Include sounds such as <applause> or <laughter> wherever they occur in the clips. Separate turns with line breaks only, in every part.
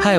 嗨，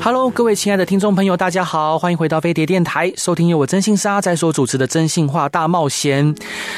Hello，各位亲爱的听众朋友，大家好，欢迎回到飞碟电台，收听由我真心沙在所主持的《真心话大冒险》。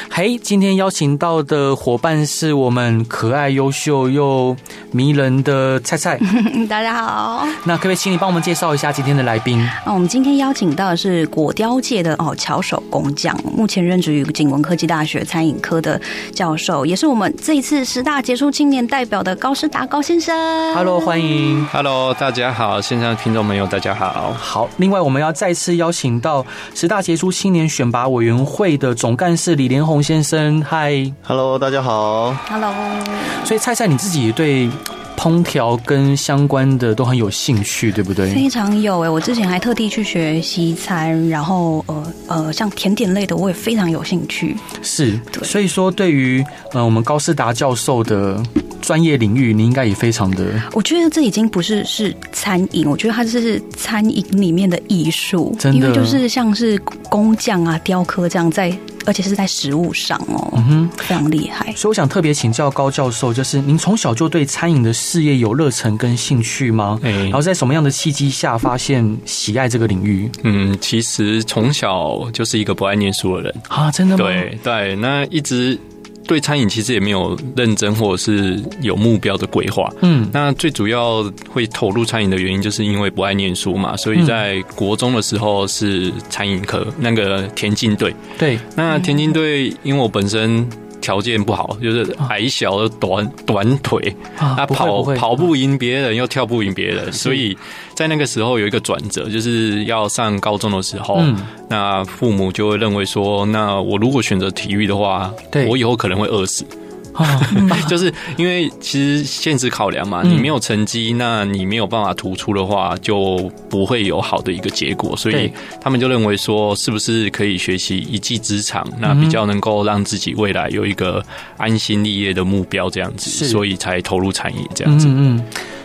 嘿，今天邀请到的伙伴是我们可爱、优秀又迷人的菜菜。
嗯大家好，
那可不可以请你帮我们介绍一下今天的来宾？
那我们今天邀请到的是果雕界的哦巧手工匠，目前任职于景文科技大学餐饮科的教授，也是我们这一次十大杰出青年代表的高师达高先生。
Hello，欢迎。
Hello，大家好，线上听众朋友大家好。
好，另外我们要再次邀请到十大杰出青年选拔委员会的总干事李连宏先生。嗨，
Hello，大家好。
Hello，
所以菜菜你自己对烹调跟相关的都很有兴趣，对不对？
非常有哎，我之前还特地去学西餐，然后呃呃，像甜点类的我也非常有兴趣。
是，
对
所以说对于呃我们高斯达教授的专业领域，你应该也非常的
我觉得这已经不是是餐饮，我觉得它是餐饮里面的艺术，
真的
因为就是像是工匠啊、雕刻这样在，而且是在食物上哦，
嗯
非常厉害。
所以我想特别请教高教授，就是您从小就对餐饮的事业有热忱跟兴趣吗？
哎
然后在什么样的契机下发现喜爱这个领域
嗯，其实从小就是一个不爱念书的人，
啊？真的吗？
对对，那一直对餐饮其实也没有认真或者是有目标的规划。
嗯，
那最主要会投入餐饮的原因，就是因为不爱念书嘛，所以在国中的时候是餐饮科那个田径队。
对，
那田径队因为我本身条件不好，就是矮小短短腿，
啊，
他
不会
跑
不会
跑不赢别人，又跳不赢别人，所以在那个时候有一个转折，就是要上高中的时候，
嗯
那父母就会认为说，那我如果选择体育的话，
对
我以后可能会饿死，
啊，
嗯 <laughs> 就是因为其实现实考量嘛，
嗯
你没有成绩，那你没有办法突出的话，就不会有好的一个结果，所以
对
他们就认为说，是不是可以学习一技之长，那比较能够让自己未来有一个安心立业的目标，这样
是
子，所以才投入产业这样
嗯
子。
嗯。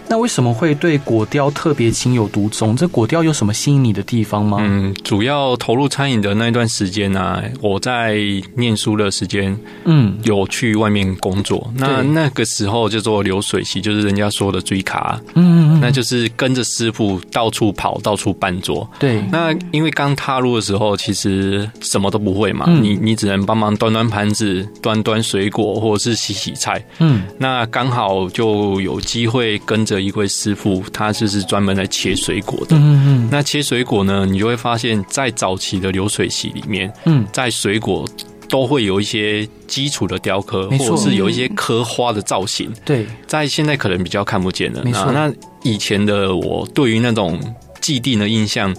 那为什么会对果雕特别情有独钟？这果雕有什么吸引你的地方吗？
嗯，主要投入餐饮的那一段时间呢、啊我在念书的时间
嗯，
有去外面工作。那
对
那个时候叫做流水席，就是人家说的追卡，
嗯嗯嗯，
那就是跟着师傅到处跑，到处办桌。
对，
那因为刚踏入的时候，其实什么都不会嘛，
嗯
你你只能帮忙端端盘子、端端水果，或者是洗洗菜。
嗯
那刚好就有机会跟着一位师傅，他就是专门来切水果的。
嗯嗯
那切水果呢，你就会发现，在早期的流水席里面，
嗯
在水果都会有一些基础的雕刻，
没
或
错
者是有一些刻花的造型，
嗯，对，
在现在可能比较看不见了。
没错
那那以前的我对于那种既定的印象。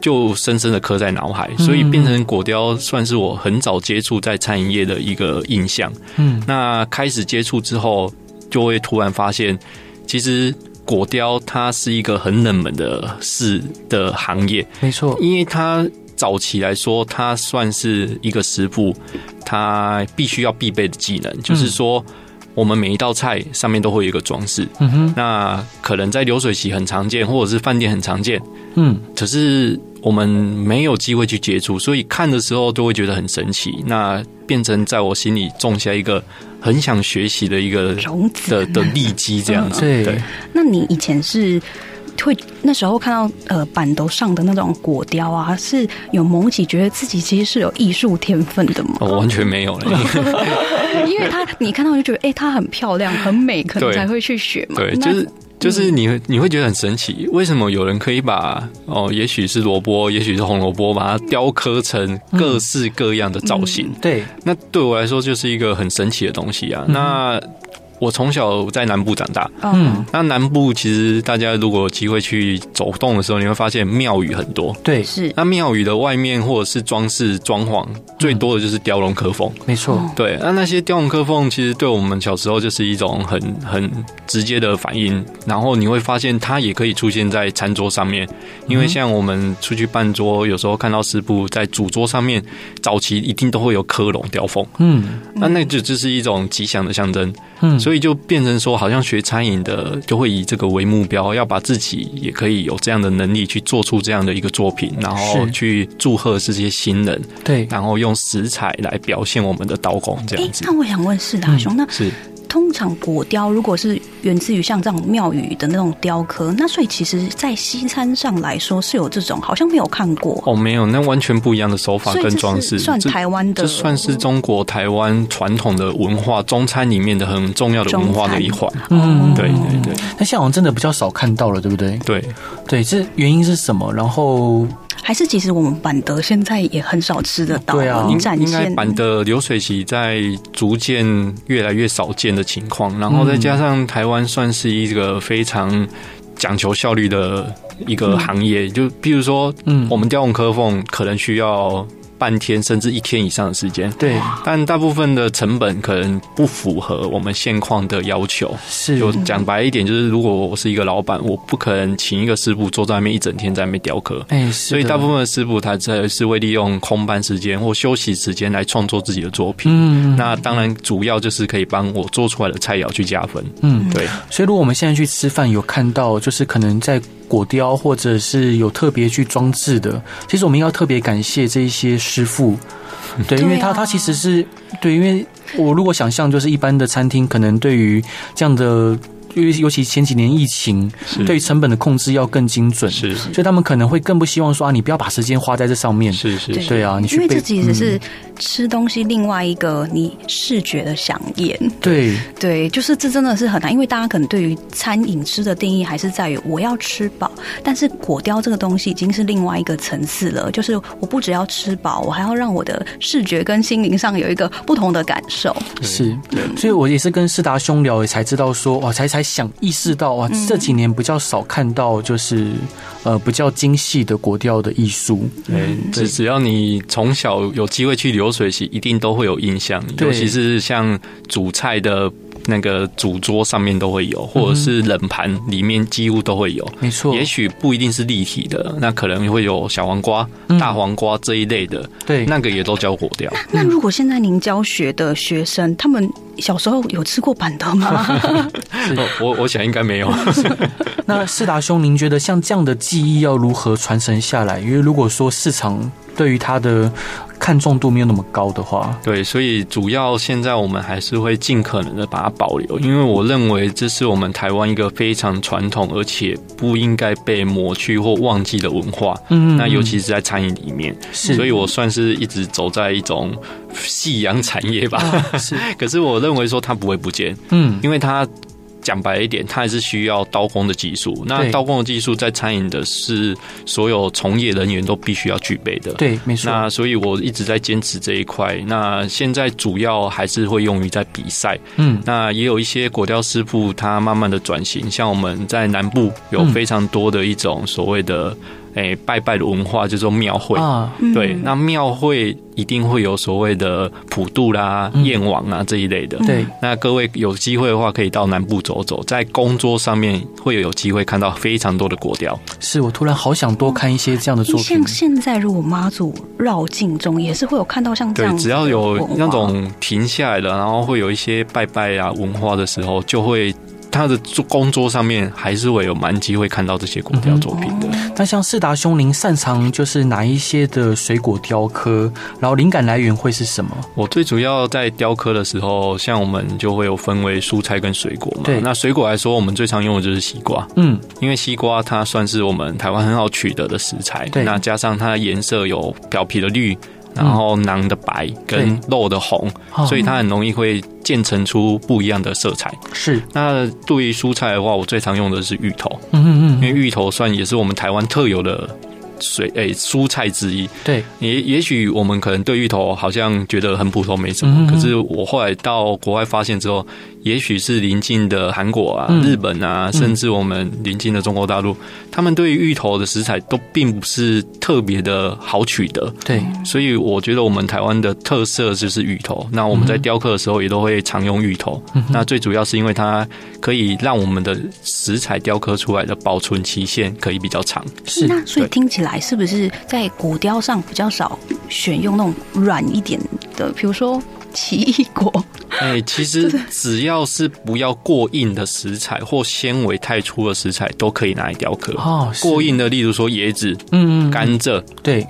就深深的刻在脑海，
嗯
所以变成果雕算是我很早接触在餐饮业的一个印象。
嗯
那开始接触之后，就会突然发现，其实果雕它是一个很冷门的事的行业，
没错，
因为它早期来说，它算是一个食谱，它必须要必备的技能，就是说，我们每一道菜上面都会有一个装饰。
嗯哼
那可能在流水席很常见，或者是饭店很常见，
嗯。
可是我们没有机会去接触，所以看的时候都会觉得很神奇。那变成在我心里种下一个很想学习的一个
种子
的的利基，这样子。
对
对，
那你以前是会那时候看到呃板头上的那种果雕啊，是有萌起觉得自己其实是有艺术天分的吗？
我哦完全没有了。
因为它你看到就觉得哎、它很漂亮很美，可能
对
才会去学嘛。
对，
那嗯
就是就是你会你会觉得很神奇，为什么有人可以把哦，也许是萝卜，也许是红萝卜，把它雕刻成
嗯
各式各样的造型？
对，
那对我来说就是一个很神奇的东西啊。那我从小在南部长大，
嗯，
那南部其实大家如果有机会去走动的时候，你会发现庙宇很多。
对，
是
那庙宇的外面或者是装饰装潢，最
嗯
多的就是雕龙刻凤。
没错，
对，那那些雕龙刻凤，其实对我们小时候就是一种很很直接的反应。然后你会发现，它也可以出现在餐桌上面，因为
嗯
像我们出去办桌，有时候看到师傅在主桌上面，早期一定都会有刻龙雕凤，
嗯
那那就就是一种吉祥的象征。
嗯，
所以就变成说，好像学餐饮的就会以这个为目标，要把自己也可以有这样的能力去做出这样的一个作品，然后
是
去祝贺这些新人，
对，
然后用食材来表现我们的刀工，这
哎
样，子
那我想问是达
嗯
兄，那
是。
通常果雕如果是源自于像这种庙宇的那种雕刻，那所以其实，在西餐上来说是有这种，好像没有看过，
哦，没有，那完全不一样的手法
所以
跟
这
装饰，
是算
这
台湾的，
这算是中国台湾传统的文化中餐里面的很重要的文化的一环。
嗯，
对对对
那现在好像真的比较少看到了，对不对？
对，
对，这原因是什么？然后
还是其实我们板德现在也很少吃得到，
对啊
你
应
嗯展
应该
现
版的流水席在逐渐越来越少见的情况，然后再加
嗯
上台湾算是一个非常讲求效率的一个
嗯
行业，就比如说
嗯，
我们雕龙刻凤可能需要半天甚至一天以上的时间，
对
但大部分的成本可能不符合我们现况的要求。
是
就讲白一点，就是如果我是一个老板，我不可能请一个师傅坐在那边一整天在那边雕刻，
哎，
所
所
以大部分的师傅他才是会利用空班时间或休息时间来创作自己的作品。
嗯
那当然，主要就是可以帮我做出来的菜肴去加分。
嗯，
对，
所以如果我们现在去吃饭，有看到就是可能在果雕或者是有特别去装置的，其实我们要特别感谢这一些师傅，对，
对
嗯
啊
因为他他其实是对，因为我如果想象就是一般的餐厅，可能对于这样的。因为尤其前几年疫情，
是
对于成本的控制要更精准，
是
所以他们可能会更不希望说啊，你不要把时间花在这上面，
是是
对啊你去
因为
背
这其实
嗯
是吃东西另外一个你视觉的飨宴，
对，
对，就是这真的是很难，因为大家可能对于餐饮吃的定义还是在于我要吃饱，但是果雕这个东西已经是另外一个层次了，就是我不只要吃饱，我还要让我的视觉跟心灵上有一个不同的感受。
嗯
是，所以我也是跟世达兄聊，也才知道说，哇，才才想意识到哇，
嗯
这几年比较少看到，就是呃比较精细的国雕的艺术，
嗯，只只要你从小有机会去流水席，一定都会有印象，
对
尤其是像主菜的那个主桌上面都会有，或者是冷盘里面几乎都会有。
没错，
也许不一定是立体的，那可能会有小黄瓜、大黄瓜这一类的，
嗯对，
那个也都叫果雕。
那如果现在您教学的学生，他们小时候有吃过板德
<laughs>
吗？
哦我我想应
<laughs>
该没有。
那世达兄，您觉得像这样的技艺要如何传承下来？因为如果说市场对于它的看重度没有那么高的话，
对，所以主要现在我们还是会尽可能的把它保留，因为我认为这是我们台湾一个非常传统而且不应该被抹去或忘记的文化。
嗯
那尤其是在餐饮里面，
是，
所以我算是一直走在一种夕阳产业吧。
<laughs> 是，
<laughs> 可是我认为说它不会不见， <laughs>
嗯，
因为它讲白一点，它还是需要刀工的技术。那
对
刀工的技术在餐饮的是所有从业人员都必须要具备的。
对，没错，
那所以我一直在坚持这一块。那现在主要还是会用于在比赛。
嗯，
那也有一些果雕师傅，他慢慢的转型，像我们在南部有
嗯
非常多的一种所谓的诶、拜拜的文化，就是说庙会。
啊，
嗯
对，那庙会一定会有所谓的普渡啦、
嗯
燕王啊这一类的。
对，
那各位有机会的话，可以到南部走走，在工作上面会有机会看到非常多的果雕。
是我突然好想多看一些这样的作品
像，现在如果妈祖绕境中，也是会有看到像这
对
样，子
只要
的
有
文化
那种停下来的，然后会有一些拜拜啊文化的时候，就会他的做工作上面还是会有蛮机会看到这些果雕作品
嗯
的。
那像世达兄，您擅长就是哪一些的水果雕刻？然后灵感来源会是什么？
我最主要在雕刻的时候，像我们就会有分为蔬菜跟水果嘛。
对
那水果来说，我们最常用的就是西瓜，
嗯，
因为西瓜它算是我们台湾很好取得的食材。
对
那加上它的颜色有表皮的绿。然后
嗯
囊的白跟肉的红，
哦
啊
所以它很容易会建成出不一样的色彩。
是，
那对于蔬菜的话，我最常用的是芋头，
嗯嗯
因为
嗯，
芋头算也是我们台湾特有的水诶、蔬菜之一。
对，
也也许我们可能对芋头好像觉得很普通，没什
嗯
么。
哼
可是我后来到国外发现之后，也许是邻近的韩国啊、
嗯
日本啊，甚至我们邻近的中国大陆，他们对于芋头的食材都并不是特别的好取得。
对，
所以我觉得我们台湾的特色就是芋头。那我们
嗯
在雕刻的时候也都会常用芋头。那最主要是因为它可以让我们的食材雕刻出来的保存期限可以比较长。
是
那所以
对
听起来是不是在骨雕上比较少选用那种软一点的，比如说奇异果？
哎、
<laughs>
其实只要是不要过硬的食材或纤维太粗的食材，都可以拿来雕刻。
哦，是
过，硬的，例如说椰子、
嗯嗯，
甘蔗，
对，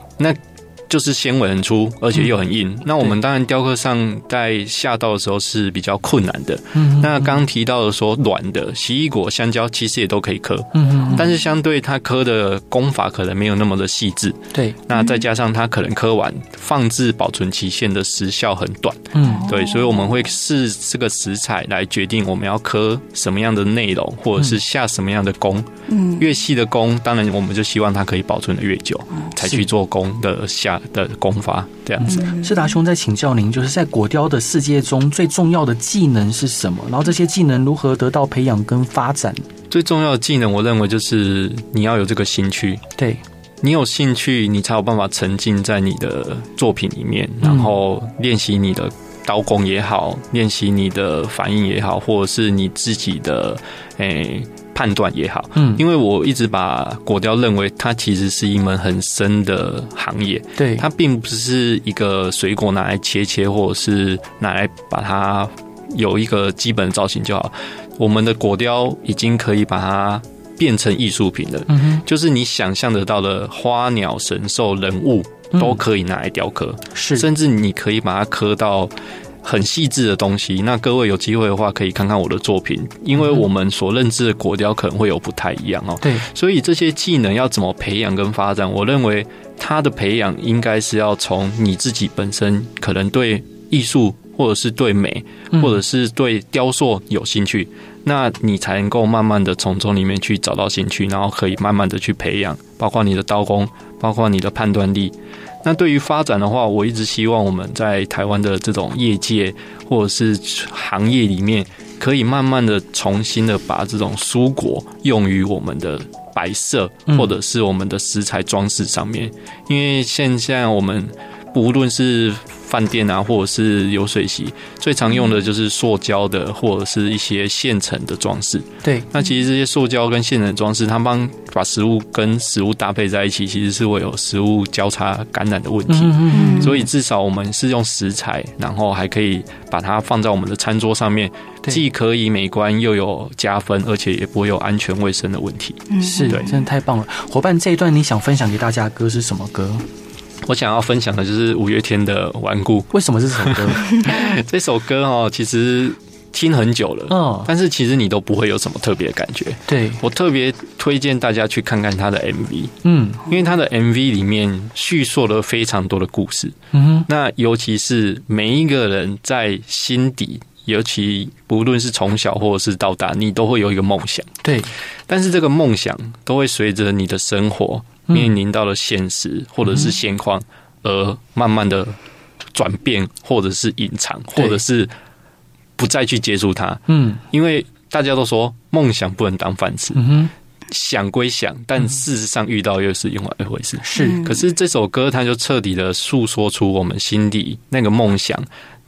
就是纤维很粗，而且又
嗯
很硬。那我们当然雕刻上在下刀的时候是比较困难的。
嗯
那刚提到的说软的奇异果、香蕉，其实也都可以刻，
嗯嗯，
但是相对它刻的工法可能没有那么的细致。
对，
那再加上它可能刻完放置保存期限的时效很短，
嗯
对，所以我们会视这个食材来决定我们要刻什么样的内容，或者是下什么样的工。
嗯，
越细的工，当然我们就希望它可以保存的越久，才去做工的下的工法这样子。
是达兄在请教您，就是在果雕的世界中最重要的技能是什么？然后这些技能如何得到培养跟发展？
最重要的技能，我认为就是你要有这个兴趣，
对，
你有兴趣，你才有办法沉浸在你的作品里面，
嗯
然后练习你的刀工也好，练习你的反应也好，或者是你自己的诶、判断也好。
嗯，
因为我一直把果雕认为它其实是一门很深的行业，
对，
它并不是一个水果拿来切切，或者是拿来把它有一个基本的造型就好。我们的果雕已经可以把它变成艺术品了。
嗯哼，
就是你想象得到的花鸟神兽人物
嗯
都可以拿来雕刻，
是，
甚至你可以把它刻到很细致的东西。那各位有机会的话，可以看看我的作品，因为我们所认知的国雕可能会有不太一样哦。
对，
所以这些技能要怎么培养跟发展，我认为它的培养应该是要从你自己本身可能对艺术或者是对美
嗯
或者是对雕塑有兴趣，那你才能够慢慢的从中里面去找到兴趣，然后可以慢慢的去培养，包括你的刀工，包括你的判断力。那对于发展的话，我一直希望我们在台湾的这种业界或者是行业里面，可以慢慢的重新的把这种蔬果用于我们的摆设
嗯
或者是我们的食材装饰上面，因为现在我们无论是饭店啊，或者是流水席，最常用的就是塑胶的或者是一些现成的装饰。
对，
那其实这些塑胶跟现成的装饰，它帮把食物跟食物搭配在一起，其实是会有食物交叉感染的问题。
嗯
所以至少我们是用食材，然后还可以把它放在我们的餐桌上面，
对
既可以美观又有加分，而且也不会有安全卫生的问题。
嗯
是，
对
真的太棒了。伙伴，这一段你想分享给大家的歌是什么歌？
我想要分享的就是五月天的《顽固
为什么是这首 <laughs> 歌？》
这首歌哦，其实听很久了，
嗯，
但是其实你都不会有什么特别的感觉。
对，
我特别推荐大家去看看他的 MV，
嗯
因为他的 MV 里面叙述了非常多的故事。
嗯哼，
那尤其是每一个人在心底，尤其不论是从小或者是到大，你都会有一个梦想，
对，
但是这个梦想都会随着你的生活
嗯
面临到了现实或者是现况，而慢慢的转变，或者是隐藏，
对
或者是不再去接触它，
嗯
因为大家都说梦想不能当饭吃，
嗯哼，
想归想，但事实上遇到又是另外一回事。
是，
嗯
可是这首歌它就彻底的诉说出我们心底那个梦想。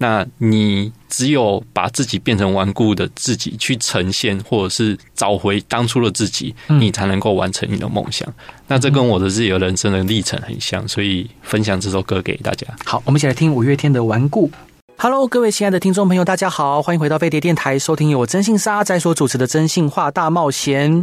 那你只有把自己变成顽固的自己去呈现，或者是找回当初的自己，
嗯
你才能够完成你的梦想。那这跟我的自己的人生的历程很像，所以分享这首歌给大家。
好，我们一起来听五月天的《顽固》。Hello，各位亲爱的听众朋友，大家好，欢迎回到飞碟电台，收听由我真性沙在所主持的《真性话大冒险》。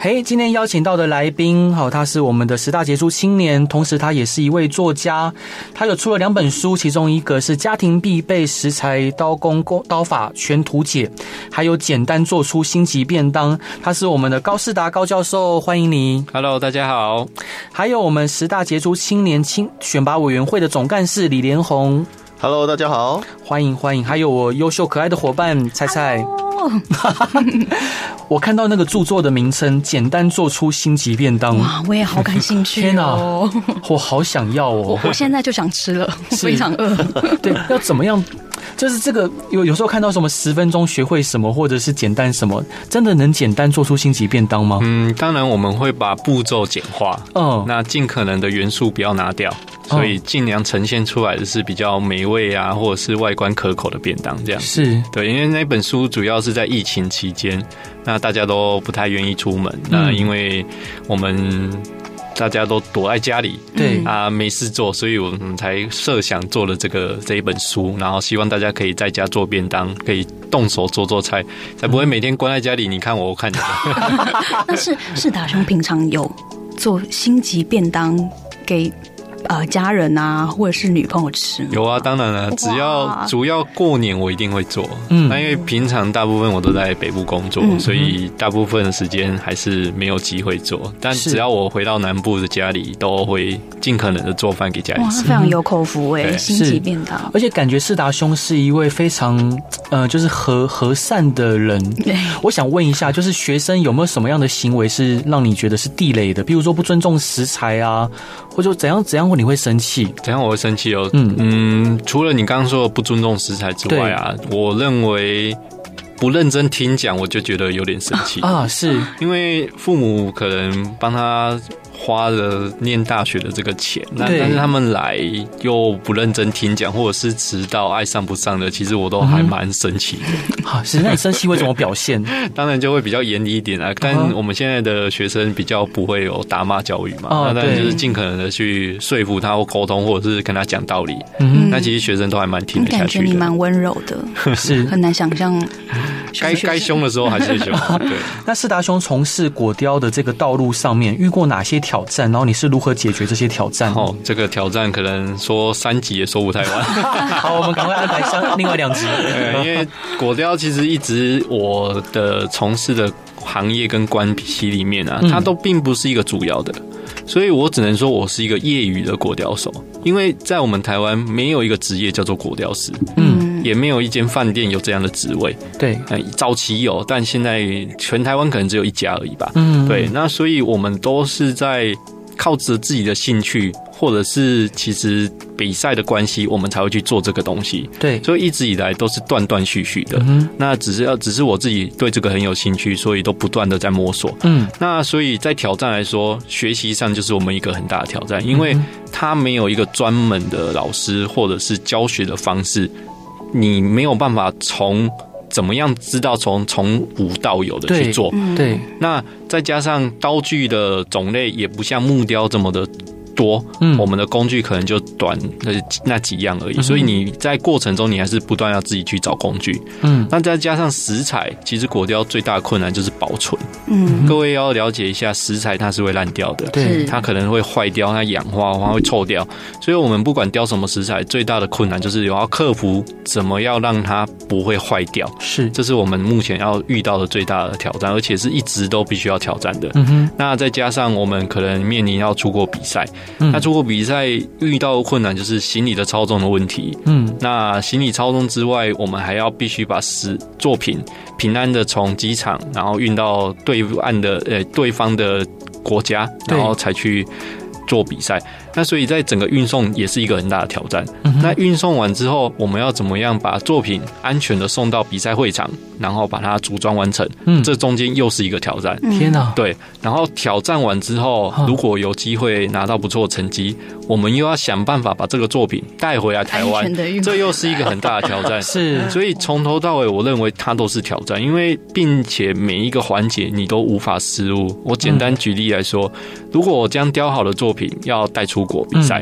嘿，今天邀请到的来宾，好、他是我们的十大杰出青年，同时他也是一位作家，他有出了两本书，其中一个是《家庭必备食材刀工工刀法全图解》，还有《简单做出星级便当》，他是我们的高士达高教授，欢迎你。
Hello，大家好，
还有我们十大杰出青年青选拔委员会的总干事李连红，
Hello，大家好。
欢迎欢迎，还有我优秀可爱的伙伴菜菜。
哦，作，
<laughs> 我看到那个著作的名称，简单做出星级便当，
哇，我也好感兴
<laughs>
趣、哦。 <laughs>
天哪，我好想要哦
我！我现在就想吃了，我
是
非常饿。
<laughs>
对，要怎么样？就是这个有有时候看到什么十分钟学会什么，或者是简单什么，真的能简单做出星级便当吗？
嗯，当然我们会把步骤简化，
嗯，
那尽可能的元素不要拿掉，所以尽量呈现出来的是比较美味啊，或者是外观可口的便当这样。
是
对，因为那本书主要是在疫情期间，那大家都不太愿意出门，那因为我们大家都躲在家里。
对
嗯
啊，没事做，所以我们才设想做了这个这一本书，然后希望大家可以在家做便当，可以动手做做菜，才不会每天关在家里，你看我，我看你。
那是是达兄平常有做星级便当给呃家人啊，或者是女朋友吃吗？
有啊，当然了，只要主要过年我一定会做。
嗯
那因为平常大部分我都在北部工作，
嗯
所以大部分的时间还是没有机会做。但
是
只要我回到南部的家里，都会尽可能的做饭给家里
哇，
吃
那。非常有口福哎、
对
星级便当。
而且感觉世达兄是一位非常，呃，就是和和善的人。
对，
我想问一下，就是学生有没有什么样的行为是让你觉得是地雷的？比如说不尊重食材啊，或者怎样怎样你会生 <laughs> 气？
怎样我会生气哦？
嗯
嗯除了你刚刚说的不尊重食材之外啊，我认为不认真听讲，我就觉得有点生
<laughs>
气。
啊，是
因为父母可能帮他花了念大学的这个钱，那
对
但是他们来又不认真听讲，或者是迟到爱上不上的，其实我都还蛮生气的。
啊，是。那你生气会怎么表现？
当然就会比较严厉一点啊，但
嗯哼
我们现在的学生比较不会有打骂教育嘛，
哦
那当然
对
就是尽可能的去说服他或沟通，或者是跟他讲道理。
嗯
那其实学生都还蛮听
你
得下
感觉
去
你
的。
蛮温柔的，
哼， <laughs> 是。
很难想象
<laughs> 该该凶的时候还是
<laughs>
会凶，对。
那世达兄从事果雕的这个道路上面遇过哪些挑战？然后你是如何解决这些挑战？ <laughs>
哦，这个挑战可能说三集也说不太完。
好，我们赶快安排上另外两 <laughs> 集。
对，呃因为果雕其实一直我的从事的行业跟关系里面啊
嗯，
它都并不是一个主要的，所以我只能说我是一个业余的果雕手，因为在我们台湾没有一个职业叫做果雕师，
嗯，
也没有一间饭店有这样的职位。
对，
呃，早期有，但现在全台湾可能只有一家而已吧。
嗯，
对，，那所以我们都是在靠着自己的兴趣，或者是其实比赛的关系，我们才会去做这个东西。
对，
所以一直以来都是断断续续的。
嗯
那只是要，呃只是我自己对这个很有兴趣，所以都不断的在摸索。
嗯，
那所以在挑战来说，学习上就是我们一个很大的挑战，
嗯
因为它没有一个专门的老师或者是教学的方式，你没有办法从怎么样知道从从无到有的去
对
做。
嗯
对，
那再加上刀具的种类也不像木雕这么的多，
嗯
我们的工具可能就短那那几样而
嗯哼
已，所以你在过程中你还是不断要自己去找工具。
嗯，
那再加上食材，其实果雕最大的困难就是保存。
嗯，
各位要了解一下，食材它是会烂掉的。
对
是，
它可能会坏掉，它氧化，它会臭掉，所以我们不管雕什么食材，最大的困难就是有要克服怎么要让它不会坏掉，
是，
这是我们目前要遇到的最大的挑战，而且是一直都必须要挑战的。
嗯哼，
那再加上我们可能面临要出国比赛，
嗯
那出国比赛遇到困难就是行李的操纵的问题。
嗯，
那行李操纵之外，我们还要必须把食作品平安的从机场，然后运到对岸的呃对方的国家，
对
然后才去做比赛。那所以在整个运送也是一个很大的挑战。
嗯
那运送完之后，我们要怎么样把作品安全的送到比赛会场，然后把它组装完成？
嗯
这中间又是一个挑战。
天哪，
对，然后挑战完之后
嗯，。
如果有机会拿到不错的成绩，我们又要想办法把这个作品带回来台
安
湾
全，的运
<laughs> 这又是一个很大的挑
<laughs>
战
是，
所以从头到尾，我认为它都是挑战，因为并且每一个环节你都无法失误。我简单举例来说，如果我将雕好的作品要带出国比赛，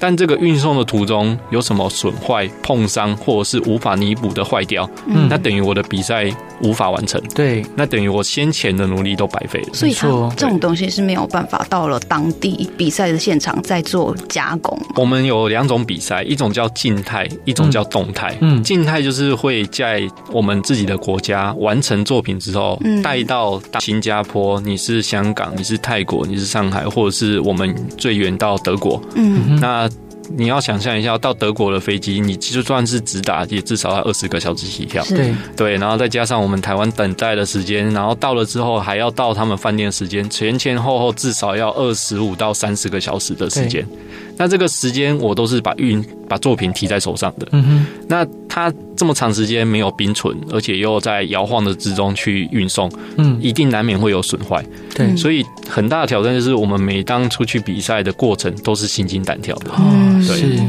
但这个运送的途中有什么损坏、碰伤或者是无法弥补的坏掉，
嗯
那等于我的比赛无法完成，
对，
那等于我先前的努力都白费了。
所以它
没错
这种东西是没有办法到了当地比赛的现场再做加工。
我们有两种比赛，一种叫静态，一种叫动态。
嗯
静态就是会在我们自己的国家完成作品之后
嗯，
带、到新加坡，你是香港，你是泰国，你是上海，或者是我们最远到德国。
嗯
嗯
那你要想象一下，到德国的飞机，你就算是直达，也至少要二十个小时起跳。
是
对，
对，然后再加上我们台湾等待的时间，然后到了之后还要到他们饭店的时间，前前后后至少要二十五到三十个小时的时间。那这个时间我都是把运把作品提在手上的。
嗯哼，
那它这么长时间没有冰存，而且又在摇晃的之中去运送，
嗯，
一定难免会有损坏。
对，
嗯
所以很大的挑战就是，我们每当出去比赛的过程都是心惊胆跳的。
哦，
嗯
是
对。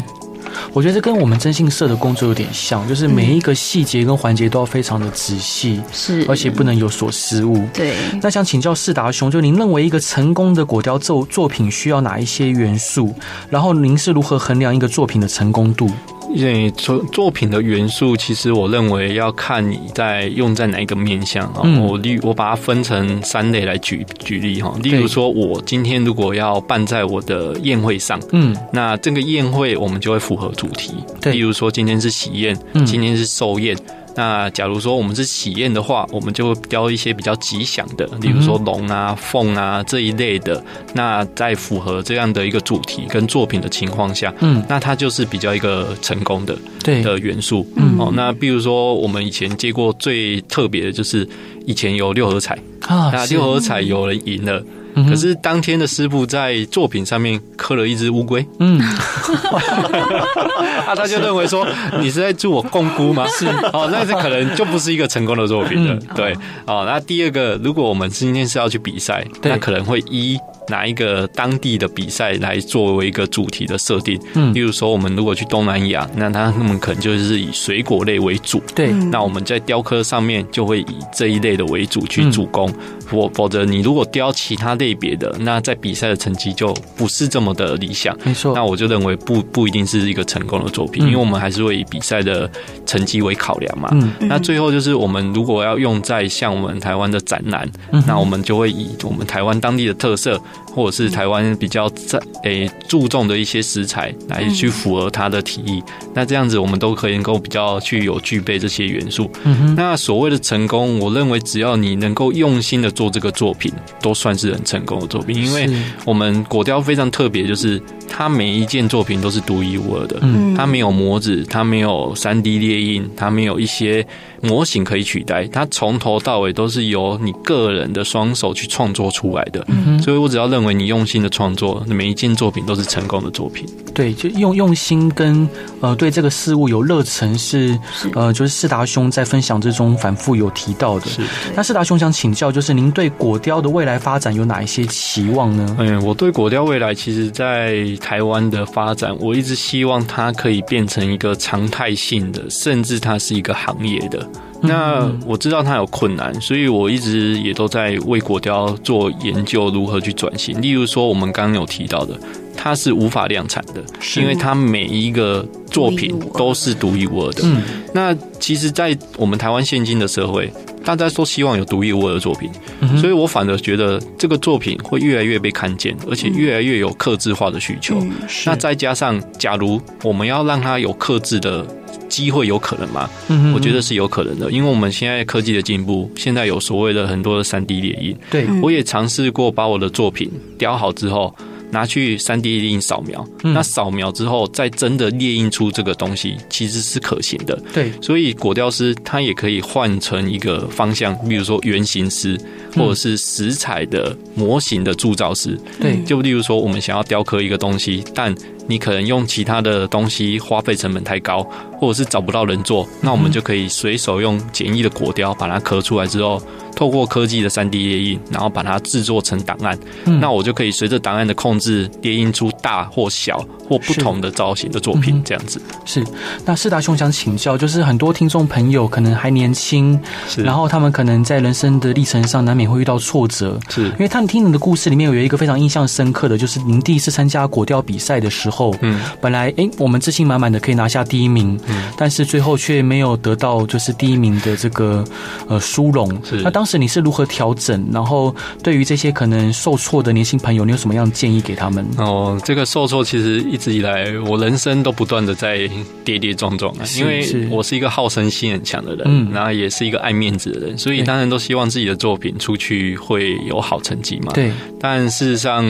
我觉得这跟我们征信社的工作有点像，就是每一个细节跟环节都要非常的仔细，
是，
而且不能有所失误。
对，
那想请教世达兄，就您认为一个成功的果雕作作品需要哪一些元素？然后您是如何衡量一个作品的成功度？
因为作作品的元素，其实我认为要看你在用在哪一个面向啊。
嗯
我例我把它分成三类来举举例哈。例如说，我今天如果要办在我的宴会上，
嗯，
那这个宴会我们就会符合主题。
对
例如说今天是喜宴，
嗯
今天是寿宴。那假如说我们是喜宴的话，我们就会雕一些比较吉祥的，例如说龙
嗯
啊、凤啊这一类的。那在符合这样的一个主题跟作品的情况下，
嗯，
那它就是比较一个成功的
对，
的元素。
嗯
哦，那比如说我们以前接过最特别的就是以前有六合彩，
啊
那六合彩有人赢了，
嗯哼
可是当天的师傅在作品上面刻了一只乌龟，
嗯，
啊，他就认为说你是在祝我共辜吗？是，哦，那这可能就不是一个成功的作品了。对，哦，那第二个，如果我们今天是要去比赛，
对
那可能会依哪一个当地的比赛来作为一个主题的设定。
嗯
例如说，我们如果去东南亚，那他们可能就是以水果类为主。
对，
嗯
那我们在雕刻上面就会以这一类的为主去主攻，否、否则你如果雕其他类别的，那在比赛的成绩就不是这么的理想。
没错
那。我就认为不不一定是一个成功的作品，
嗯
因为我们还是会以比赛的成绩为考量嘛。
嗯
那最后就是我们如果要用在像我们台湾的展览，
嗯
那我们就会以我们台湾当地的特色，或者是台湾比较在诶、注重的一些食材来去符合它的提议。那这样子我们都可以能够比较去有具备这些元素。
嗯哼，
那所谓的成功，我认为只要你能够用心的做这个作品，都算是很成功的作品，因为。
是
我们果雕非常特别，就是它每一件作品都是独一无二的，
嗯
它没有模子，它没有三 D 列印，它没有一些模型可以取代，它从头到尾都是由你个人的双手去创作出来的。
嗯哼，
所以我只要认为你用心的创作，每一件作品都是成功的作品。
对，就用用心跟呃对这个事物有热忱是
是
呃就是世达兄在分享之中反复有提到的。那世达兄想请教，就是您对果雕的未来发展有哪一些期望呢？
嗯，我对果雕未来其实在台湾的发展，我一直希望它可以变成一个常态性的，甚至它是一个行业的。那我知道它有困难，所以我一直也都在为果雕做研究，如何去转型。例如说，我们刚刚有提到的，它是无法量产的，
是
因为它每一个作品
独一无二
都是独一无二的。
嗯，
那其实，在我们台湾现今的社会，大家都希望有独一无二的作品，
嗯
所以我反而觉得这个作品会越来越被看见，而且越来越有克制化的需求。
嗯
那再加上，假如我们要让它有克制的机会，有可能吗？
嗯
我觉得是有可能的，因为我们现在科技的进步，现在有所谓的很多的三 D 列印，
对，
嗯
我也尝试过把我的作品雕好之后。拿去三 D 列印扫描，
嗯
那扫描之后再真的列印出这个东西，其实是可行的。
对，
所以果雕师他也可以换成一个方向，比如说原型师，或者是食材的模型的铸造师。
对嗯
就例如说，我们想要雕刻一个东西，但你可能用其他的东西花费成本太高，或者是找不到人做，那我们就可以随手用简易的果雕把它刻出来之后，透过科技的三 D 列印，然后把它制作成档案。
嗯
那我就可以随着档案的控制，列印出大或小或不
是
同的造型的作
嗯
品
哼，
这样子。
是，那世达兄想请教，就是很多听众朋友可能还年轻，
是
然后他们可能在人生的历程上难免会遇到挫折，
是
因为他们听你的故事里面有一个非常印象深刻的，就是您第一次参加果雕比赛的时候，
嗯，
本来诶我们自信满满的可以拿下第一名，
嗯
但是最后却没有得到就是第一名的这个呃殊荣。
是
那当时你是如何调整？然后对于这些可能受挫的年轻朋友，你有什么样的建议给他们？
哦，这个受挫其实一直以来，我人生都不断的在跌跌撞撞啊，
是
因为
是
我是一个好胜心很强的人，
嗯
然后也是一个爱面子的人，所以
对
当然都希望自己的作品出去会有好成绩嘛。，
对，
但事实上，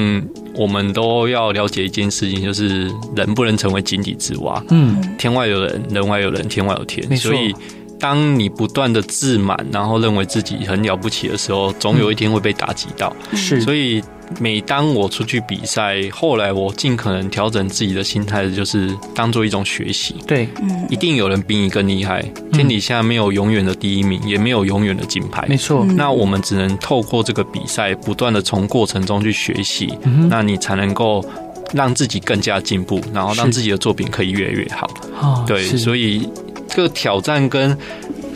我们都要了解一件事情，就是就是人不能成为井底之蛙，
嗯，
天外有人，人外有人，天外有天。
没错
所以，当你不断的自满，然后认为自己很了不起的时候，总有一天会被打击到。
是，
所
以
以，每当我出去比赛，后来我尽可能调整自己的心态，就是当做一种学习。
对，
嗯
一定有人比你更厉害，
嗯
天底下没有永远的第一名，也没有永远的金牌
没。错，
嗯
那我们只能透过这个比赛，不断的从过程中去学习，
嗯哼，
那你才能够让自己更加进步，然后让
是
自己的作品可以越来越好。
哦
对，
是
所以这个挑战跟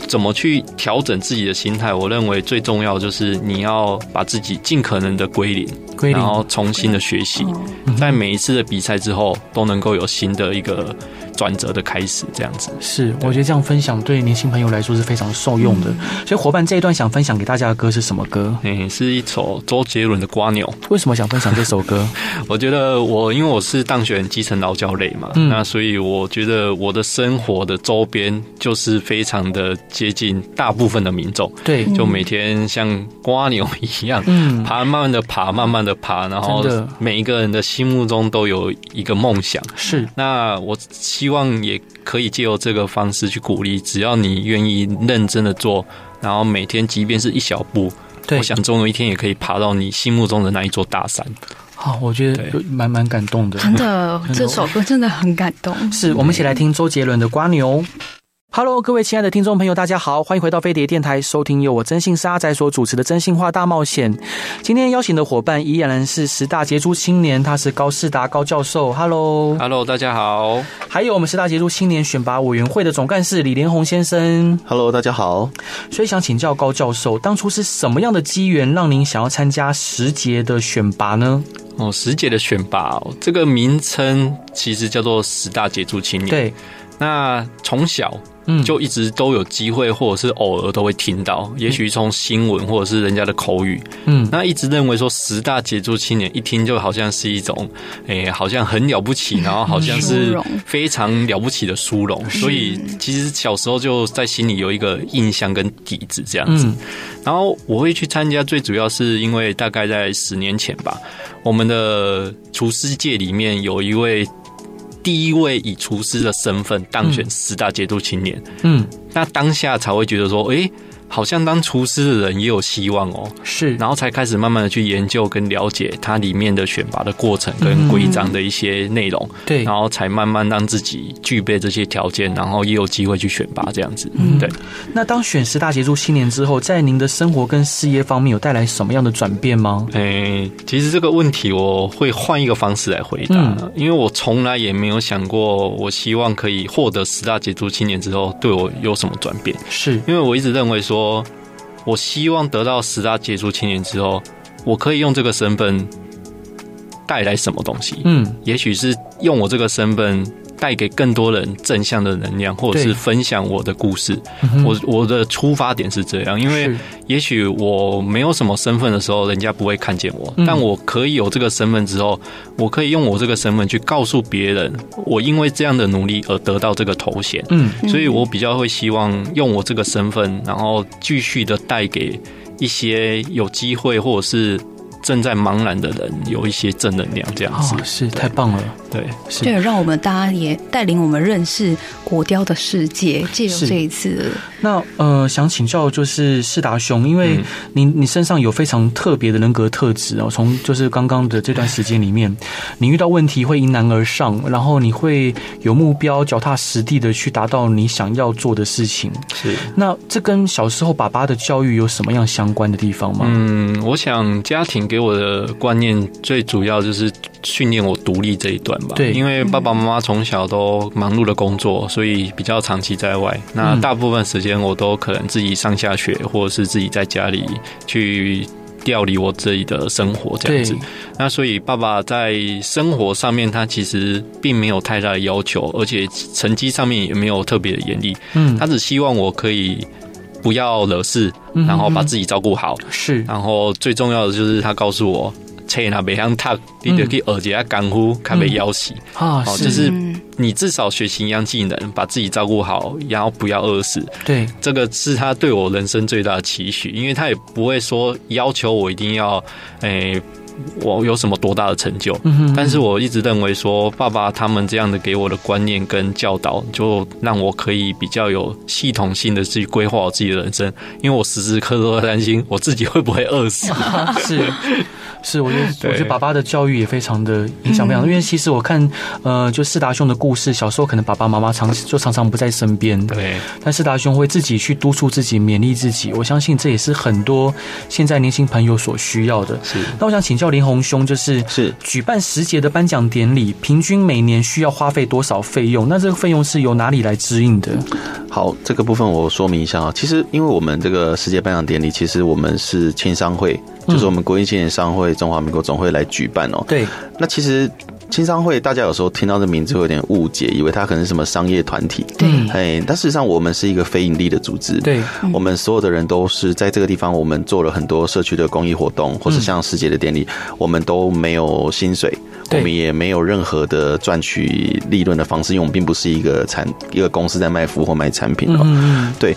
怎么去调整自己的心态，我认为最重要就是你要把自己尽可能的归零，
归零
然，后重新的学习，
哦
嗯哼
在每一次的比赛之后都能够有新的一个转折的开始，这样子。
是，我觉得这样分享对年轻朋友来说是非常受用的。所以伙伴这一段想分享给大家的歌是什么歌？
嗯，是一首周杰伦的《瓜牛》。
为什么想分享这首歌？
我觉得我因为我是当选基层劳教类嘛，
嗯
那所以我觉得我的生活的周边就是非常的接近大部分的民众，
对，
就每天像瓜牛一样。
嗯，
爬，慢慢的爬，慢慢的爬，然后
真的
每一个人的心目中都有一个梦想。
是，
那我希望也可以借由这个方式去鼓励，只要你愿意认真的做，然后每天即便是一小步，
对
我，想总有一天也可以爬到你心目中的那一座大山。
好，啊我觉得
对
蛮蛮感动的。
真的
的，
这首歌真的很感动。
是我们一起来听周杰伦的《瓜牛》。Hello，各位亲爱的听众朋友，大家好，欢迎回到飞碟电台，收听由我真性沙仔所主持的《真心话大冒险》。今天邀请的伙伴依然是十大杰出青年，他是高士达高教授。Hello，
Hello，大家好。
还有我们十大杰出青年选拔委员会的总干事李连宏先生。
Hello，大家好。
所以想请教高教授，当初是什么样的机缘让您想要参加十节的选拔呢？
哦，十姐的选拔、哦、这个名称其实叫做十大杰出青年。，
对，
那从小
嗯，
嗯就一直都有机会，或者是偶尔都会听到，也许从新闻或者是人家的口语，
嗯，
那一直认为说十大杰出青年，一听就好像是一种，诶、好像很了不起，然后好像
嗯殊
是
荣
非常了不起的殊荣，所以其实小时候就在心里有一个印象跟底子这样子。
嗯
然后我会去参加，最主要是因为大概在十年前吧，我们的厨师界里面有一位第一位以厨师的身份当
嗯
选十大杰出青年，
嗯
那当下才会觉得说，诶、好像当厨师的人也有希望哦，
是，
然后才开始慢慢的去研究跟了解它里面的选拔的过程跟规章的一些内容，
嗯对
然，后才慢慢让自己具备这些条件，然后也有机会去选拔这样子。嗯，对。
那当选十大杰出青年之后，在您的生活跟事业方面有带来什么样的转变吗？
诶、其实这个问题我会换一个方式来回答，
嗯
因为我从来也没有想过，我希望可以获得十大杰出青年之后对我有什么转变，
是，
因为我一直认为说，我希望得到十大杰出青年之后，我可以用这个身份带来什么东西，
嗯，
也许是用我这个身份。带给更多人正向的能量，或者
对
是分享我的故事。
嗯哼
我我的出发点是这样，因为
是
也许我没有什么身份的时候，人家不会看见我，
嗯
但我可以有这个身份之后，我可以用我这个身份去告诉别人，我因为这样的努力而得到这个头衔，
嗯
所以我比较会希望用我这个身份，然后继续的带给一些有机会或者是正在茫然的人有一些正能量，这样子
哦，，是太棒了，
对。
是
对，让我们大家也带领我们认识国雕的世界，借由
是
这一次
那呃，想请教就是世达兄，因为
嗯
您、你身上有非常特别的人格特质哦，从就是刚刚的这段时间里面，你遇到问题会迎难而上，然后你会有目标，脚踏实地的去达到你想要做的事情。
是，
那这跟小时候爸爸的教育有什么样相关的地方吗？
嗯，我想家庭给我的观念最主要就是训练我独立这一段吧。
对
因为爸爸妈妈从小都忙碌的工作，所以比较长期在外。那
嗯
大部分时间我都可能自己上下学，或者是自己在家里去调理我自己的生活这样
对
子。那所以爸爸在生活上面，他其实并没有太大的要求，而且成绩上面也没有特别的严厉，
嗯
他只希望我可以不要惹事，
嗯
然后把
嗯
自己照顾好。
是
然后最重要的就是他告诉我，切那别想读，你得去耳节下干呼，看被要死。
啊，
哦
是、
就是
嗯
你至少学习一样技能，把自己照顾好，然后不要饿死。
对，
这个是他对我人生最大的期许，因为他也不会说要求我一定要，诶、我有什么多大的成就。
嗯哼
但是我一直认为说，爸爸他们这样的给我的观念跟教导，就让我可以比较有系统性的去规划我自己的人生，因为我时时刻刻都在担心我自己会不会饿
<laughs>
死。
<laughs> 是是，我觉得
对
我觉得爸爸的教育也非常的影响非常，因为其实我看呃，就四达兄的故事，小时候可能爸爸妈妈常就常常不在身边，
对，
但四达兄会自己去督促自己、勉励自己，我相信这也是很多现在年轻朋友所需要的。
是
那我想请教林宏兄，就是
是
举办十节的颁奖典礼，平均每年需要花费多少费用？那这个费用是由哪里来支应的？
好，这个部分我说明一下啊。其实，因为我们这个世界颁奖典礼，其实我们是青商会，就是我们国际青年商会中华民国总会来举办哦。
对，
那其实青商会，大家有时候听到这名字会有点误解，以为它可能是什么商业团体。
嗯
哎，但事实上我们是一个非盈利的组织。。
对，
我们所有的人都是在这个地方，我们做了很多社区的公益活动，或是像世界的典礼，我们都没有薪水，我
嗯对
们也没有任何的赚取利润的方式，因为我们并不是一个产一个公司在卖服务或卖产品
嗯
哦。
嗯
对，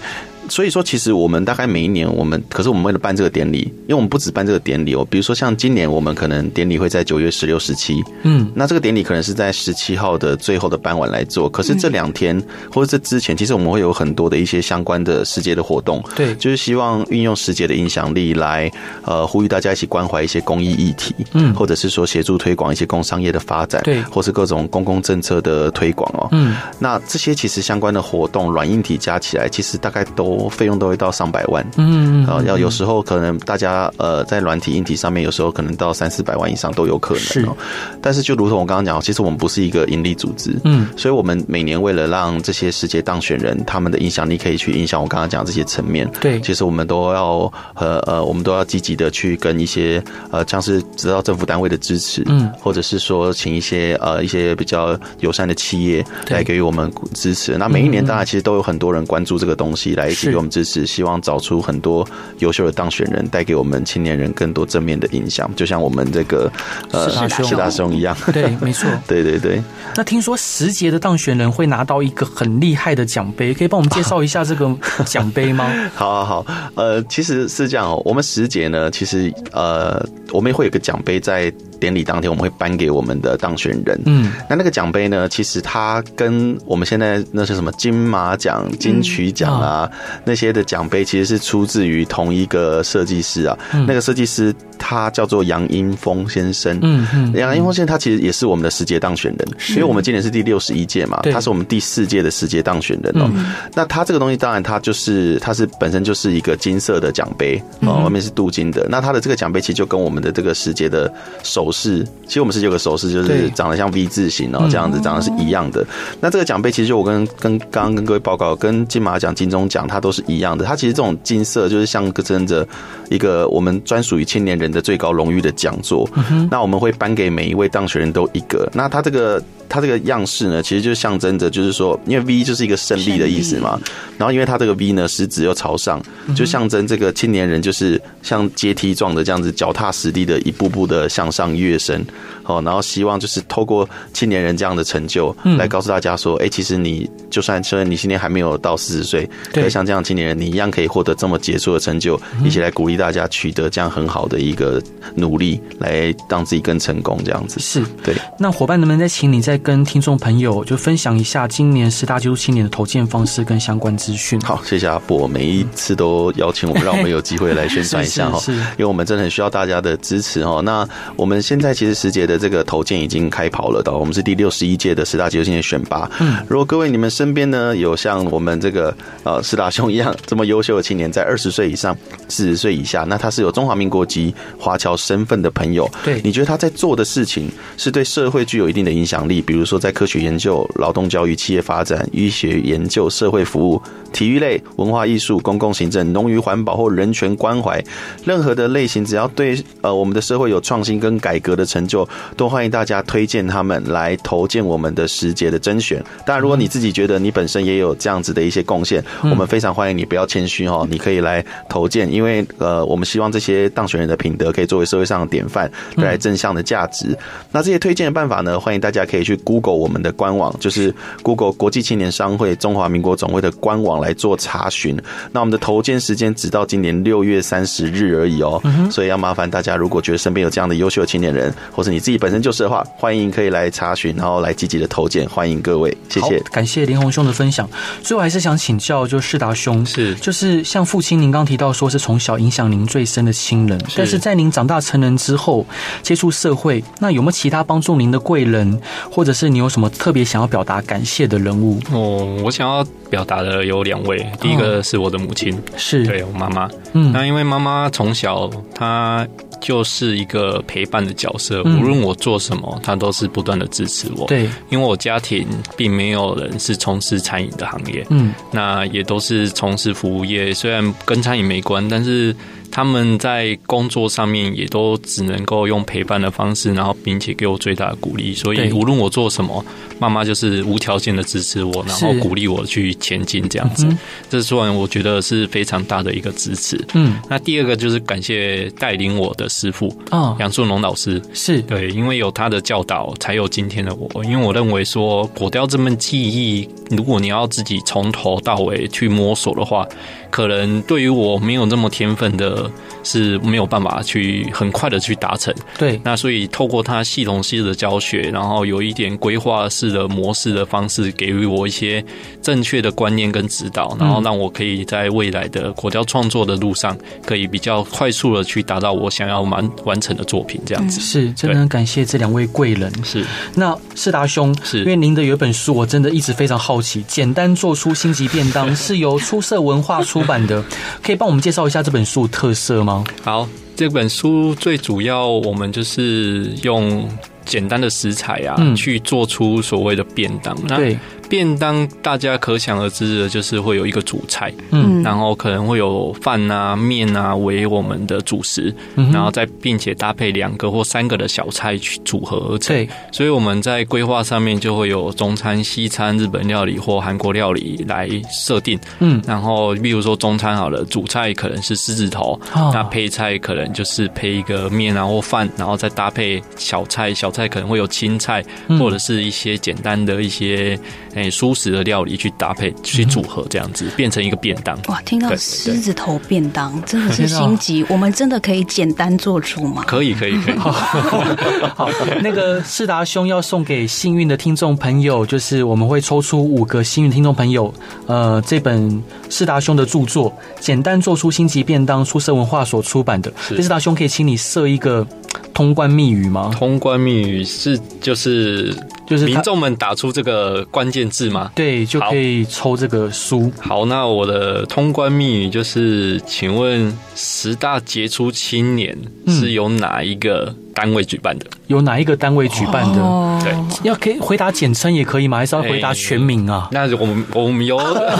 所以说其实我们大概每一年，我们可是我们为了办这个典礼，因为我们不只办这个典礼哦，比如说像今年我们可能典礼会在九月十六、十七，
嗯
那这个典礼可能是在十七号的最后的傍晚来做，可是这两天、或者这之前，其实我们会有很多的一些相关的世界的活动，
对
就是希望运用世界的影响力来呃呼吁大家一起关怀一些公益议题，
嗯
或者是说协助推广一些工商业的发展，
对
或是各种公共政策的推广哦，
嗯，
那这些其实相关的活动软硬体加起来，其实大概都费用都会到上百万。
嗯嗯
啊、要有时候可能大家呃在软体硬体上面，有时候可能到三四百万以上都有可
是
能、哦。但是就如同我刚刚讲，其实我们不是一个盈利组织，
嗯，
所以我们每年为了让这些世界当选人他们的影响力可以去影响我刚刚讲这些层面，
对
其实我们都要呃呃，我们都要积极的去跟一些呃像是得到政府单位的支持，
嗯
或者是说请一些呃一些比较友善的企业
对嗯
来给予我们支持。那每一年当然其实都有很多人关注这个东西来一起
是
给我们支持，希望找出很多优秀的当选人，带给我们青年人更多正面的影响，就像我们这个呃
是大兄
大兄一样。 <laughs>
对，没错。
对对对，
那听说十节的当选人会拿到一个很厉害的奖杯，可以帮我们介绍一下这个奖杯
<laughs>
吗？
好好好，呃，其实是这样哦。我们十节呢，其实呃，我们会有个奖杯，在典礼当天我们会颁给我们的当选人。
嗯，
那那个奖杯呢，其实它跟我们现在那些什么金马奖、
嗯
金曲奖啊、那些的奖杯，其实是出自于同一个设计师啊。那个设计师他叫做杨英峰先生。
嗯嗯
杨英峰先生他其实也是我们的十届当选人，因为我们今年是第六十一届嘛，
对嗯
他是我们第四届的十届当选人哦、那他这个东西当然它就是它是本身就是一个金色的奖杯哦，
嗯
外面是镀金的。那它的这个奖杯其实就跟我们的这个十节的首饰，其实我们十节有个首饰就
对
是长得像 V 字形哦，这样子长得是一样的。那这个奖杯其实就我跟跟刚刚跟各位报告，跟金马奖、金钟奖它都是一样的。它其实这种金色就是象征着一个我们专属于青年人的最高荣誉的讲座。那我们会颁给每一位当选人都一个。那它这个它这个样式呢，其实就象征着就是说，因为 V 就是一个胜利的意思嘛。然后因为它这个 V 呢，食指又朝上，就象征这个青年人就是像阶梯状的这样子，脚踏实地的一步步的向上跃升。哦，然后希望就是透过青年人这样的成就，来告诉大家说，哎、其实你就算虽然你今年还没有到四十岁，
对
可是像这样的青年人，你一样可以获得这么杰出的成就，一起来鼓励大家取得这样很好的一个努力，来让自己更成功这样子。
是。
对，
那伙伴能不能再请你再跟听众朋友就分享一下今年十大基督青年的投件方式跟相关资讯？，
好，谢谢阿布，每一次都邀请我们，让我们有机会来宣传一下哈
<laughs> 是是是，
因为我们真的很需要大家的支持哈。那我们现在其实十节的这个投件已经开跑了的，我们是第六十一届的十大杰出青年选拔。嗯，如果各位你们身边呢有像我们这个呃四大兄一样这么优秀的青年，在二十岁以上、四十岁以下，那他是有中华民国籍华侨身份的朋友，
对
你觉得他在做的事情是对社会具有一定的影响力，比如说在科学研究、劳动教育、企业发展、医学研究、社会服务、体育类、文化艺术、公共行政、农渔环保或人权关怀，任何的类型，只要对呃我们的社会有创新跟改革的成就，都欢迎大家推荐他们来投建我们的时节的甄选。当然，如果你自己觉得你本身也有这样子的一些贡献，我们非常欢迎你不要谦虚哦，你可以来投建，因为呃，我们希望这些当选人的品德可以作为社会上的典范，带来正向的价值。那这些推荐的办法呢，欢迎大家可以去 Google 我们的官网，就是 Google 国际青年商会中华民国总会的官网来做查询。那我们的投件时间只到今年六月三十日而已哦，
嗯
所以要麻烦大家，如果觉得身边有这样的优秀的青年人，或是你自己本身就是的话，欢迎可以来查询，然后来积极的投件，欢迎各位，谢
好
谢。，
感谢林宏兄的分享。最后还是想请教，就世达兄，
是
就是像父亲，您刚提到说是从小影响您最深的亲人，但是在您长大成人之后，接触社会，那有没有其他帮助您的贵人，或者是你有什么特别想要表达感谢的人物？
哦，我想要表达的有两位，第一个是我的母亲，
是，
对我妈妈。
哦嗯
那因为妈妈从小她就是一个陪伴的角色，
嗯
无论我做什么，她都是不断的支持我。，
对，
因为我家庭并没有人是从事餐饮的行业，
嗯
那也都是从事服务业，虽然跟餐饮没关，但是他们在工作上面也都只能够用陪伴的方式，然后并且给我最大的鼓励。所以
对
无论我做什么，妈妈就是无条件的支持我，然后
是
鼓励我去前进，这样子。
嗯
这是算我觉得是非常大的一个支持。
嗯
那第二个就是感谢带领我的师傅
啊，
杨树龙老师，
是，
对，因为有他的教导，才有今天的我。因为我认为说，果雕这门技艺，如果你要自己从头到尾去摸索的话，可能对于我没有那么天分的，是没有办法去很快的去达成。
对，
那所以透过他系统式的教学，然后有一点规划式的模式的方式，给予我一些正确的观念跟指导，然后让我可以在未来的国雕创作的路上，可以比较快速的去达到我想要完完成的作品，这样子。
是，真的很感谢这两位贵人。
是
那世达兄，
是
因为您的有一本书，我真的一直非常好奇，《简单做出星级便当》是由出色文化出版的，可以帮我们介绍一下这本书的特色吗？
好，这本书最主要我们就是用简单的食材啊，
嗯
去做出所谓的便当。那
对，
便当大家可想而知的就是会有一个主菜，
嗯
然后可能会有饭啊、面啊为我们的主食，
嗯哼
然后再并且搭配两个或三个的小菜去组合而成。
对，
所以我们在规划上面就会有中餐、西餐、日本料理或韩国料理来设定。
嗯
然后，例如说中餐好了，主菜可能是狮子头，
啊
那配菜可能就是配一个面啊或饭，然后再搭配小菜，小菜可能会有青菜、
嗯
或者是一些简单的一些诶素食的料理去搭配去组合，这样
嗯
子、变成一个便当。
哇，听到
对对
狮子头便当真的是
天啊
心急，我们真的可以简单做出吗？
可以，可以，可
<laughs>
以。
好，那个世达兄要送给幸运的听众朋友，就是我们会抽出五个幸运听众朋友，呃，这本世达兄的著作《简单做出星级便当》，出色文化所出版的。
是
那世达兄可以请你设一个通关密语吗？
通关密语是就是
就是他
民众们打出这个关键字吗？
对，就可以抽这个书。
好，那我的通关密语就是，请问十大杰出青年
嗯
是由哪一个单位举办的？
有哪一个单位举办的？
哦
对
要可以回答简称也可以吗？还是要回答全名啊？
那我们我
<laughs>
们由
哎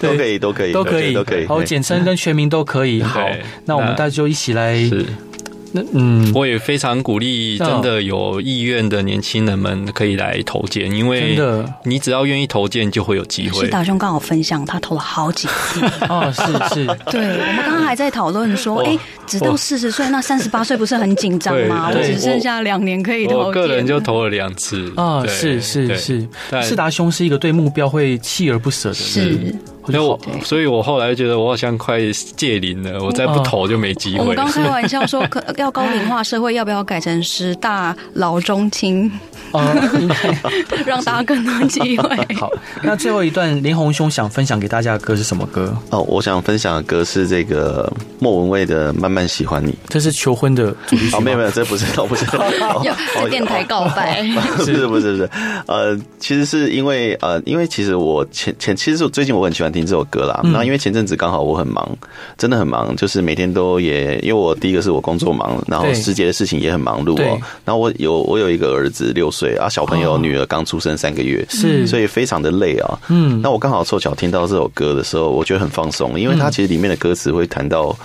都可以，都可以，
都可以，
都可以。
好，
嘿
简称跟全名都可以。好，那我们大家就一起来，
是，
那嗯，
我也非常鼓励真的有意愿的年轻人们可以来投件，因
真
为
的
你只要愿意投件，就会有机
是
会。
大兄刚好分享，他投了好几次。
哦，是是，
<laughs> 对我们刚刚还在讨论
<laughs>
说，哎，直到四十岁，那三十八岁不是很紧张吗？
对
我
对
只剩下两年可以投。
我个人就投了两次
啊，
对
是是
对
是，
但
世达兄是一个对目标会锲而不舍的人，
是。
我
所以
就好
我，所以我后来觉得我好像快戒龄了，我
哦
再不投就没机
我
会
们刚
了。
开玩笑说，可 <laughs> 要高龄化社会要不要改成十大老中青， <laughs>
啊，应该
让大家更多机
<laughs>
会？
<laughs> 好。那最后一段，林宏兄想分享给大家的歌是什么歌？
哦，我想分享的歌是这个莫文蔚的《慢慢喜欢你》。
这是求婚的主题曲
哦，没有
吗
没？有，这不是， <laughs> 哦不是，
<laughs>
哦
要在
哦
电台告白，
<laughs>
不是不是不是，呃，其实是因为呃，因为其实我前前其实我最近我很喜欢听这首歌
嗯
啦。那、因为前阵子刚好我很忙，真的很忙，就是每天都也因为我第一个是我工作忙，然后
对
师姐的事情也很忙碌
对
哦。然后我有我有一个儿子六岁啊，小朋友
哦
女儿刚出生三个月，
是
所以非常的累啊。
嗯嗯
那我刚好凑巧听到这首歌的时候，我觉得很放松，因为它其实里面的歌词会谈到。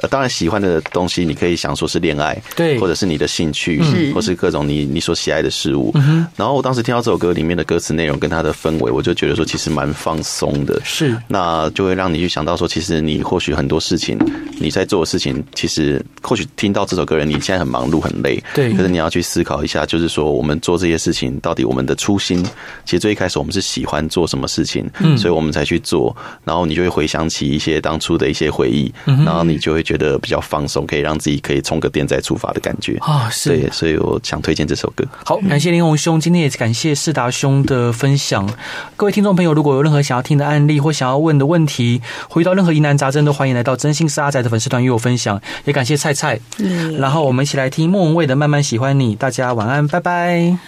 呃当然喜欢的东西，你可以想说是恋爱，
对嗯
或者是你的兴趣，
是
或是各种你你所喜爱的事物。然后我当时听到这首歌里面的歌词内容跟它的氛围，我就觉得说其实蛮放松的，
<laughs>
是
那就会让你去想到说，其实你或许很多事情你在做的事情，其实或许听到这首歌的人，你现在很忙碌很累，
对
可是你要去思考一下，就是说我们做这些事情，到底我们的初心，其实最一开始我们是喜欢做什么事情，嗯，所以我们才去做，然后你就会回想起一些当初的一些回忆，然后你就会觉得比较放松，可以让自己可以充个电再出发的感觉。
啊，是
对，所以我想推荐这首歌。
好，感谢林宏兄，今天也感谢世达兄的分享。各位听众朋友，如果有任何想要听的案例或想要问的问题，回到任何疑难杂症，都欢迎来到真心是阿仔的粉丝团与我分享。也感谢菜菜，
嗯
然后我们一起来听莫文蔚的《慢慢喜欢你》。大家晚安，拜拜。